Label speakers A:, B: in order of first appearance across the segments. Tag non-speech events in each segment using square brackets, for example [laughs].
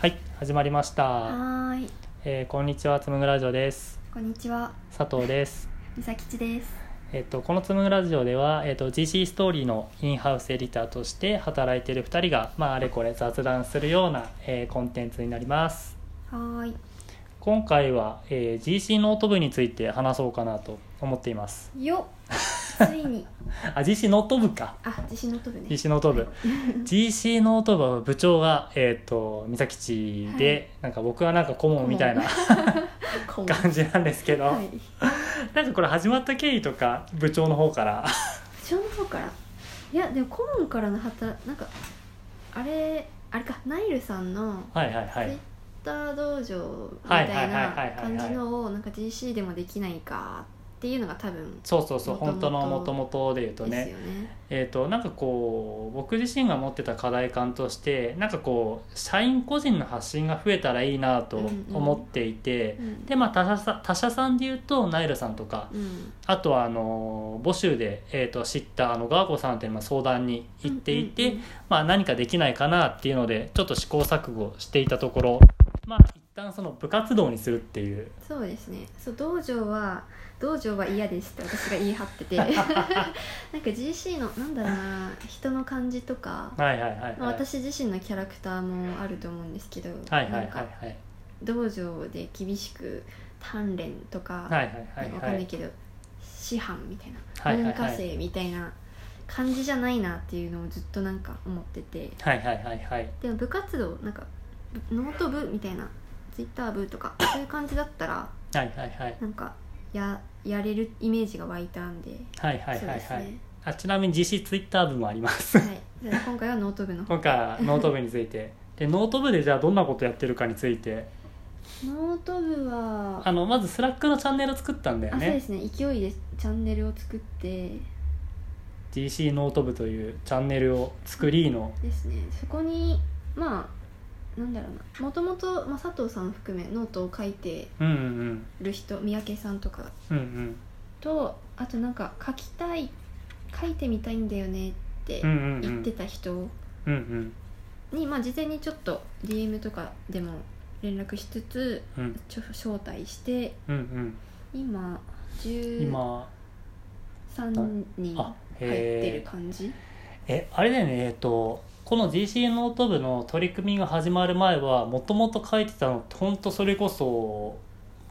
A: はい始まりました、
B: はーい、
A: えーこんにちはつむぐラジオです
B: こんにちは、
A: 佐藤です
B: みさきちです。
A: えっとこのつむぐラジオでは、えっと GC ストーリーのインハウスエディターとして働いている2人が、まあ、あれこれ雑談するような、えーコンテンツになります
B: はー
A: 今回は、えー GC ノート部について話そうかなと思っています
B: い、よ
A: [laughs]
B: っ、ついに、
A: あ GC ノート部か
B: あ、地震の飛ぶね。
A: GC ノート部
B: [laughs]
A: GC ノート部は部長が、えっと三崎地で、なんか僕はなんか顧問みたいな
B: こう
A: 感じなんですけど、
B: はい、
A: なんかこれ始まった経緯とか部長の方
B: [laughs]
A: から
B: 部長の方から、いや、でも顧問からの旗、なんか、あれ、あれか、ナイルさんの。
A: はいはいは
B: ツイ
A: い
B: ッター道場みた
A: は
B: い
A: いは
B: ない
A: はいはいはいはい
B: 感じのを、なんか G. C. でもできないかっていうのが多分。
A: そうそうそう本
B: 元
A: 当
B: 々
A: のもともとで言うと
B: です
A: ね
B: よね。
A: えっ、となんかこう僕自身が持ってた課題感としてなんかこう社員個人の発信が増えたらいいなと
B: うんうん
A: 思っていて、
B: うん
A: でまあ他社さ他社さんで言うとナイルさんとか
B: うん、
A: あとはあの募集で、えー、と知ったあのガーコさんっていうのは相談に行っていて、
B: うんうんうん
A: まあ、何かできないかなっていうのでちょっと試行錯誤していたところまあ一旦その部活動にするっていう
B: そうですねそう道場は道場は嫌ですって私が言い張っ
A: [laughs]
B: ててなんか GC のなんだろうな人の感じとか、
A: はいはいはい
B: まあ
A: はい
B: 私自身のキャラクターもあると思うんですけど、
A: はいはいはい
B: なんか
A: はい
B: 道場で厳しく鍛錬とか、
A: はいはい
B: わか
A: は
B: ん
A: い
B: ないけど師範みたいな、
A: はいはいはい
B: 文科生みたいな感じじゃないなっていうのをずっとなんか思ってて
A: はいはいはいはい
B: でも部活動なんかノート部みたいなツイッター部とかそういう感じだったら
A: はいはいはい
B: なんかややれるイメージが湧いたんで、
A: はいはい
B: そう
A: はい
B: です
A: は
B: ね、
A: いあちなみに実施ツイッター部もありま
B: は
A: す [laughs]
B: い、じゃあ今回はノート部の方
A: 今回はノート部についてでノート部でじゃあどんなことやってるかについて
B: ノート部は
A: あのまずスラックのチャンネル作ったんだよ
B: あそうで
A: ね
B: すね勢いでチャンネルを作って
A: GC ノート部というチャンネルを作りの
B: ですねそこにまあなんだろうなもともと佐藤さん含めノートを書いて
A: うんうん
B: る人三宅さんとか
A: うんうん
B: とあとなんか書きたい書いてみたいんだよねって
A: うんうんう
B: 言って
A: ん
B: た人に、
A: うんうん
B: まあ、事前にちょっと DM とかでも連絡しつつ
A: うん
B: ちょ招待して
A: うんうん
B: 今13
A: 今
B: 人入
A: あ
B: ってる
A: へえ
B: 感じ
A: えあれだよねえっ、とこの GC ノート部の取り組みが始まる前はもともと書いてたのってほんとそれこそ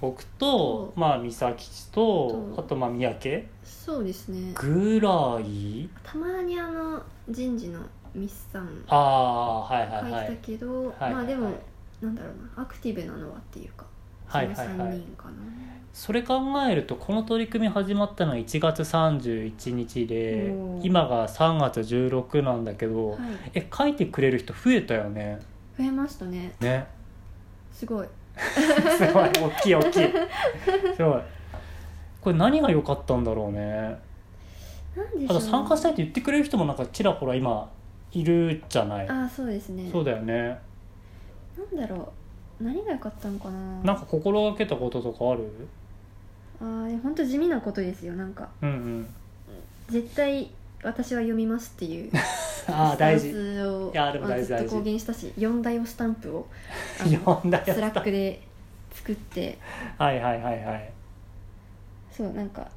A: 僕と
B: そう
A: まあ美咲と
B: そう
A: あとまあ三宅
B: そうですね
A: ぐらい
B: たまにあの人事のミスさん
A: ああはいは
B: 書
A: い
B: い
A: は
B: てた
A: い
B: けど、
A: はい
B: まあでも、
A: はい
B: なんだろうなアクティブなのはっていうかそ
A: はい
B: の
A: はいは
B: 3
A: い
B: 人かな、
A: それ考えるとこの取り組み始まったのは1月31日で
B: おー
A: 今が3月16なんだけど
B: はい
A: え書いてくれる人増えたよね
B: 増えましたね
A: ね
B: すごい
A: [laughs] すごい大きい大きいすごいこれ何が良かったんだろうね
B: なんでし
A: あ
B: ょ
A: と
B: う
A: 参加したいって言ってくれる人もなんかちらほら今いるじゃない
B: あそうですね
A: そうだよね
B: なんだろう何が良かったのかな
A: なんか心がけたこととかある
B: あー本当地味なことですよなんか
A: うんうん
B: 絶対私は読みますっていう
A: ああ大事 [laughs]
B: スタンスを
A: いやでも大事
B: まあずっ
A: 大
B: と
A: 事
B: 公言したし4大をスタン
A: [laughs]
B: プをあの
A: 読んだや
B: スラ
A: つ
B: ッ
A: だ
B: クで作って
A: はいはいはいはい
B: そうなんか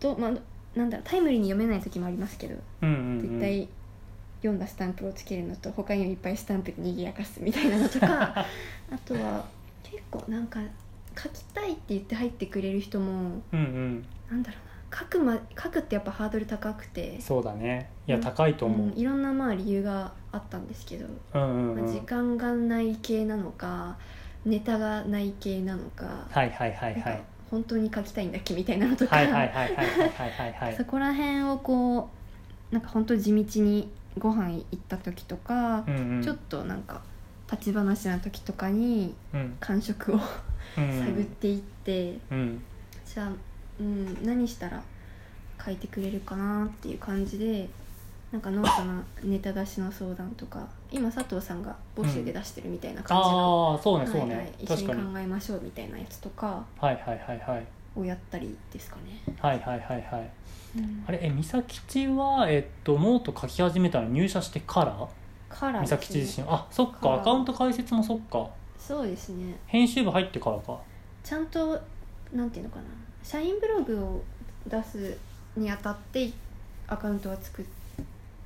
B: ど、まあ、なんだろうタイムリーに読めない時もありますけど
A: うんうん、うん、
B: 絶対読んだスタンプをつけるのと他にもいっぱいスタンプでにぎやかすみたいなの
A: [laughs]
B: とかあとは結構なんか書きたいって言って入ってくれる人も
A: うんうん
B: なんだろうな書く,、ま、書くってやっぱハードル高くて
A: そうだねいや
B: うん
A: 高いと思う、
B: んいろんなまあ理由があったんですけど、
A: うん、うんうん
B: まあ時間がない系なのかネタがない系なのか,、
A: はいはいはいはい
B: なんか本当に書きたいんだっけみたいなのとか、
A: はいはいはいはいはいはいはい
B: そこら辺をこうなんか本当地道にご飯行った時とか
A: う、んうん
B: [laughs] ちょっとなんか立ち話の時とかに
A: うん
B: 感触を
A: うん
B: 探っていって、
A: うん
B: じゃあ、うん、何したら書いてくれるかなっていう感じでなんかノートのネタ出しの相談とか今佐藤さんが募集で出してるみたいな感じの、
A: ああそうね
B: はい
A: そうね、
B: はい一
A: 確
B: 緒
A: か
B: に
A: に
B: 考えましょうみたいなやつとか
A: はいはいはいはい
B: をやったりですかね。
A: はいはいはいはい
B: うん
A: あれえ美咲ちはえっとノート書き始めたの入社してから
B: か
A: 美
B: らですね
A: 咲自身あそっ
B: から
A: かアカウント開設もそっか
B: そうですね
A: 編集部入ってからか
B: ちゃんとなんていうのかな社員ブログを出すにあたってアカウントは作ったんです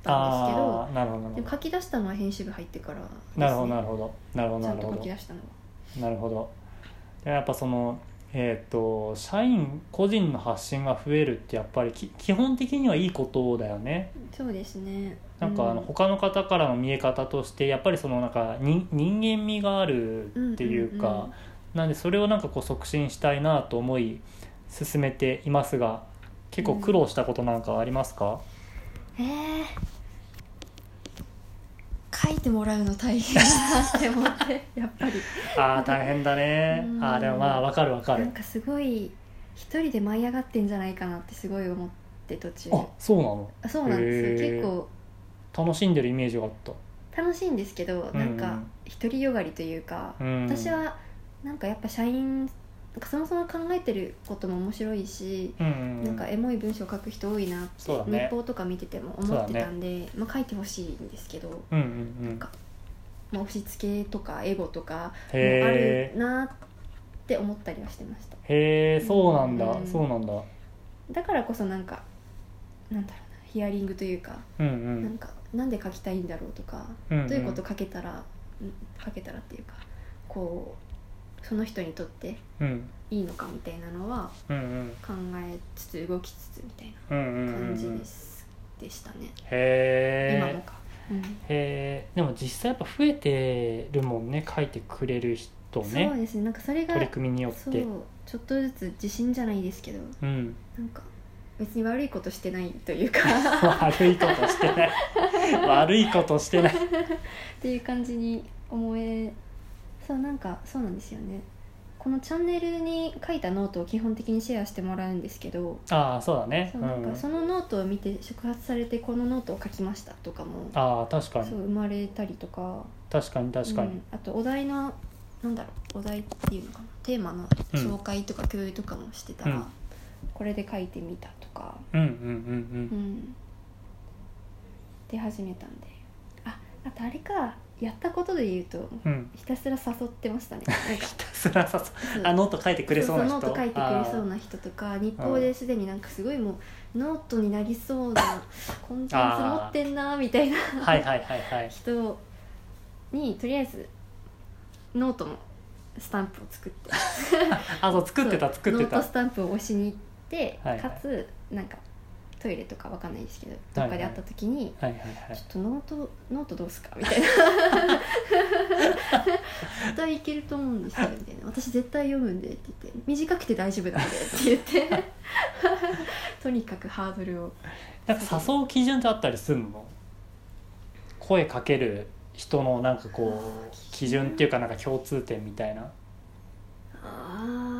B: け
A: あ
B: ど
A: あーなるほどな
B: で
A: る
B: も
A: ほ
B: 書き出したのは編集部入ってからです、ね、
A: どなるほどなるほどなるほどな
B: ちゃ
A: る
B: ん
A: ほ
B: と書
A: ど
B: き出したの
A: な
B: は
A: るほどでやっぱそのえっ、と社員個人の発信が増えるってやっぱりき基本的にはいいことだよね
B: そうですね
A: なんかあの
B: う
A: 他の方からの見え方としてやっぱりそのなんか人人間味があるっていうか、
B: うんうんうん
A: なんでそれをなんかこう促進したいなと思い進めていますが結構苦労したことなんかありますか、
B: えー書いてもらうの大変だなって思ってやっぱり
A: ああ大変だね
B: うん
A: ああでもまあわかるわか
B: な
A: る
B: んかすごい一人で舞い上がってんじゃないかなってすごい思って途中
A: あそうなの
B: あそうなんですよ
A: へー
B: 結構
A: 楽しんでるイメージがあった
B: 楽しいんですけど
A: うん
B: なんか独りよがりというか、
A: うん
B: 私はなんかやっぱ社員なんかそもそも考えてることも面白いし、
A: うんうん
B: なんかエモい文章書く人多いなって
A: そうだね
B: 日報とか見てても思ってたんで、まあ、書いてほしいんですけど、
A: うんうんうん
B: かまあ、押し付けとかエゴとかもある
A: へえ
B: なって思ったりはしてました
A: へえそうなんだ、
B: うん
A: そうなんだ
B: だからこそなんかなんだろうなヒアリングというか、
A: うんう
B: なんんかなんで書きたいんだろうとか、
A: うんうん
B: どういうこと書けたらん書けたらっていうかこうその人にとって
A: うん
B: いいのかみたいなのは
A: うんうん
B: 考えつつ動きつつみたい
A: うんうんうん
B: な
A: うん
B: 感じです、でしたね、
A: へ
B: 今
A: え
B: もか、うん
A: へえでも実際やっぱ増えてるもんね書いてくれる人
B: そう
A: ね
B: ですねなんかそれが
A: 取り組みによっ
B: そう
A: て
B: ちょっとずつ自信じゃないですけど
A: うん
B: なんか別に悪いことしてない
A: [laughs]
B: というかっ
A: 悪いことして
B: [laughs]
A: ない悪いことしてない
B: ていう感じに思えそうなんかそうなんですよねこのチャンネルに書いたノートを基本的にシェアしてもらうんですけど
A: ああそうだね
B: そううんなんかそのノートを見て触発されてこのノートを書きましたとかも
A: ああ確か
B: そう
A: に
B: 生まれたりとか
A: 確かに確かに、
B: うんあとお題のなんだろうお題っていうのかなテーマ
A: う
B: の
A: ん
B: 紹介とか共有とかもしてたら、
A: うん
B: これで書いてみたとか、
A: うん、うんうんうん
B: うん、出始めたんでああとあれかやったことで言うと
A: うんうん
B: ひたすら誘って
A: [laughs]
B: ましたねなんか
A: ひたすらさそう
B: そう
A: あノート書いてくれそうな人
B: そうそうノート書いてくれそうな人とか日報ですでになんかすごいもうノートになりそ
A: [laughs]
B: うなコンテンツ持ってんなみたいな
A: あーはいはいはいはい
B: 人にとりあえずノートのスタンプを作って
A: あそう作ってた
B: そう
A: 作って
B: ノー
A: た
B: トスタンプを押しに行って、
A: はいはい
B: かつなんかトイレとかわかんないですけどどっかで会った時に、
A: はいはいはい
B: ちょっとノートノートどうすかみ [laughs] たいな絶対いけると思うんですけどみたいな私絶対読むんでって言って短くて大丈夫なんでって
A: [laughs]
B: 言ってとにかくハードルを
A: なんか誘う基準ってあったりするの声かける人のなんかこう基準っていうかなんか共通点みたいな
B: あー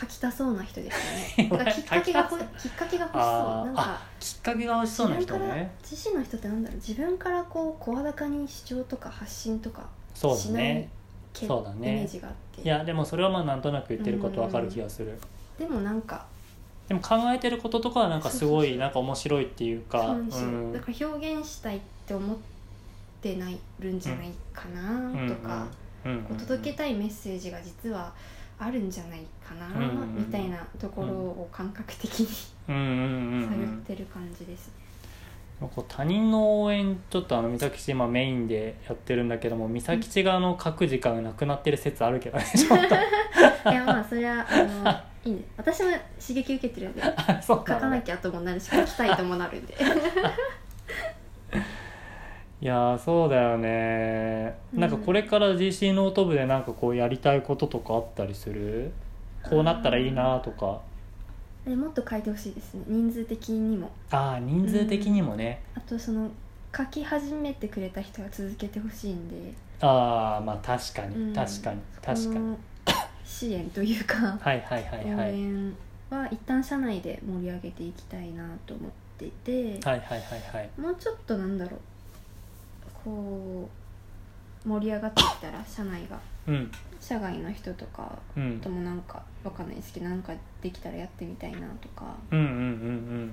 B: 書きたそうな人
A: [laughs]
B: ですよねなんかきっかけがほきっかけが欲しそう
A: あー
B: なんか
A: きっかけが欲しそうな人ね
B: 自身の人ってなんだろう自分からこう声高に主張とか発信とか
A: そう
B: し
A: だ
B: ない
A: ね
B: け
A: そうだね
B: イメージがあって
A: いやでもそれはまあなんとなく言ってることわかる気がする
B: でもなんか
A: でも考えてることとかはなんかすごいなんか面白いっていう
B: そう
A: か
B: な
A: うん
B: ですよ
A: ん
B: だから表現したいって思ってないるんじゃないかなとか、
A: うんうん
B: こう届けたいメッセージが実はあるんじゃないかな
A: うんうん
B: みたいなところを感覚的に
A: うんうんうんうん
B: 探ってる感じですね。
A: こう他人の応援ちょっとあの美咲ち今メインでやってるんだけども美咲ちがあの書く時間がなくなってる説あるけどねちょっ
B: [laughs] いやまあそれはあのいいね私も刺激受けてるんで書
A: と [laughs] そうな
B: か
A: の
B: な
A: ね
B: きゃともなるし書きたいともな [laughs] るんで
A: いやーそうだよね、
B: うん
A: なんかこれから GC ノート部でなんかこうやりたいこととかあったりするこうなったらいいなとか
B: でもっと書いてほしいですね人数的にも
A: ああ人数的にもね、
B: あとその書き始めてくれた人が続けてほしいんで
A: ああまあ確かに、
B: うん
A: 確かに確か
B: こ
A: に
B: の支援というか
A: はいはいはい
B: 応
A: はい、
B: 援は一旦社内で盛り上げていきたいなと思っていて、
A: はいはいはいはい
B: もうちょっとなんだろうこう盛り上がってきたら社内が
A: うん
B: 社外の人とか
A: うん
B: ともなんかわかんないですけどなんかできたらやってみたいなとか
A: うんうんうんうん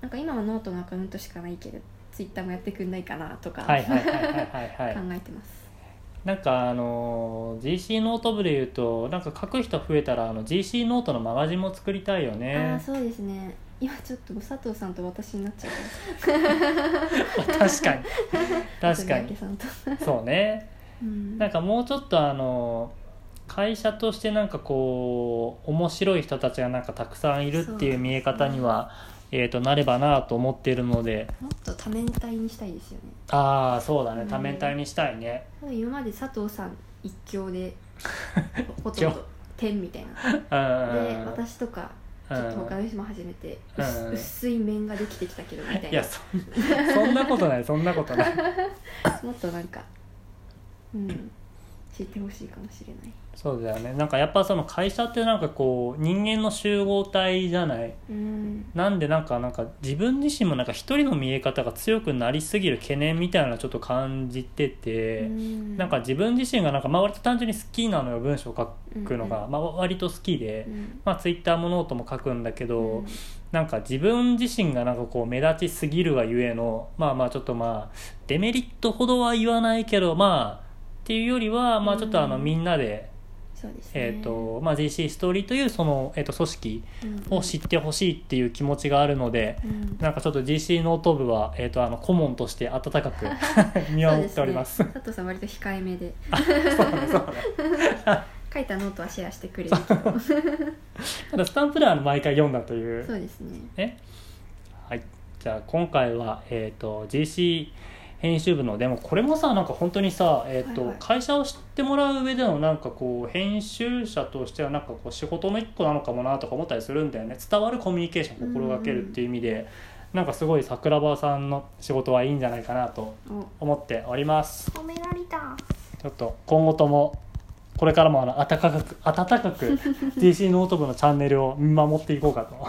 B: なんか今はノートのアカウントしかないけどツイッターもやってくんないかなとか、
A: はいはいはい
B: 考
A: はいはい
B: えてます
A: なんかあのー GC ノート部で言うとなんか書く人増えたらあの GC ノートのマガジンも作りたいよ
B: ああ
A: ね
B: そうですね今ちょっと佐藤さんと私になっちゃう
A: 確か
B: [laughs]
A: に確か
B: 三宅
A: に
B: さんと、
A: そうね
B: うん、
A: なんかもうちょっとあの会社としてなんかこう面白い人たちがなんかたくさんいるっていう見え方には、えー、となればなと思っているので
B: もっと多面体にしたいですよね
A: ああそうだね
B: うん
A: 多面体にしたいね、
B: 今まで佐藤さん一
A: [laughs]
B: 強でほとんど点みたいな
A: うんうん
B: で私とかちょっと他の人も始めて、うっ
A: うん
B: 薄い面ができてきたけどみたい
A: いや
B: な
A: そん [laughs] そんなことないそんなことない
B: もっとなんかうん知ってほしいかもしれない
A: そうだよねなんかやっぱその会社ってなんかこう人間の集合体じゃない
B: うん
A: なんでなんかなんか自分自身もなんか一人の見え方が強くなりすぎる懸念みたいなのをちょっと感じてて、
B: うん
A: なんか自分自身がなんか、まあ、割と単純に好きなのよ文章を書くのが、まあ、割と好きで、
B: うん
A: まあ、ツイッターもノートも書くんだけど、
B: うん
A: なんか自分自身がなんかこう目立ちすぎるがゆえのまあまあちょっとまあデメリットほどは言わないけどまあっていうよりはまあちょっとあの
B: うん
A: みんなで、
B: そうですね
A: えーとまあ、GC ストーリーというその、えー、と組織を知
B: っ
A: ってほしいっていう気持ちがあるので。
B: うん
A: なんかちょっと GC ノート部は、えー、とあの顧問として温か
B: [laughs]
A: く [laughs] 見
B: そう
A: 守
B: で
A: っております。
B: ね、佐藤さん割と控えめで
A: そうねそうね
B: [laughs] 書いたノートはシェアしてくれるけど
A: ただスタンプでは毎回読んだという
B: そうですね
A: ねはいじゃあ今回は、えー、と GC 編集部のでもこれもさなんか本当にさ、えーと
B: はいはい
A: 会社を知ってもらう上でのなんかこう編集者としてはなんかこう仕事の一個なのかもなとか思ったりするんだよね伝わるコミュニケーションを心がけるっていう意味で、なんかすごい桜庭さんの仕事はいいんじゃないかなと
B: お
A: 思っております
B: 褒められた
A: ちょっと今後ともこれからもあの温かく温かく [laughs] DC ノート部のチャンネルを見守っていこうかと [laughs]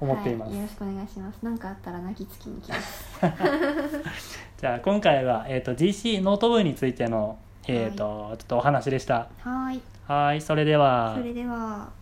A: 思っています、
B: はい、よろしくお願いします何かあったら泣きつきに来ます
A: じゃあ今回は、えー、と DC ノート部についての、えーとちょっとお話でした
B: はーい
A: はいそれでは
B: それでは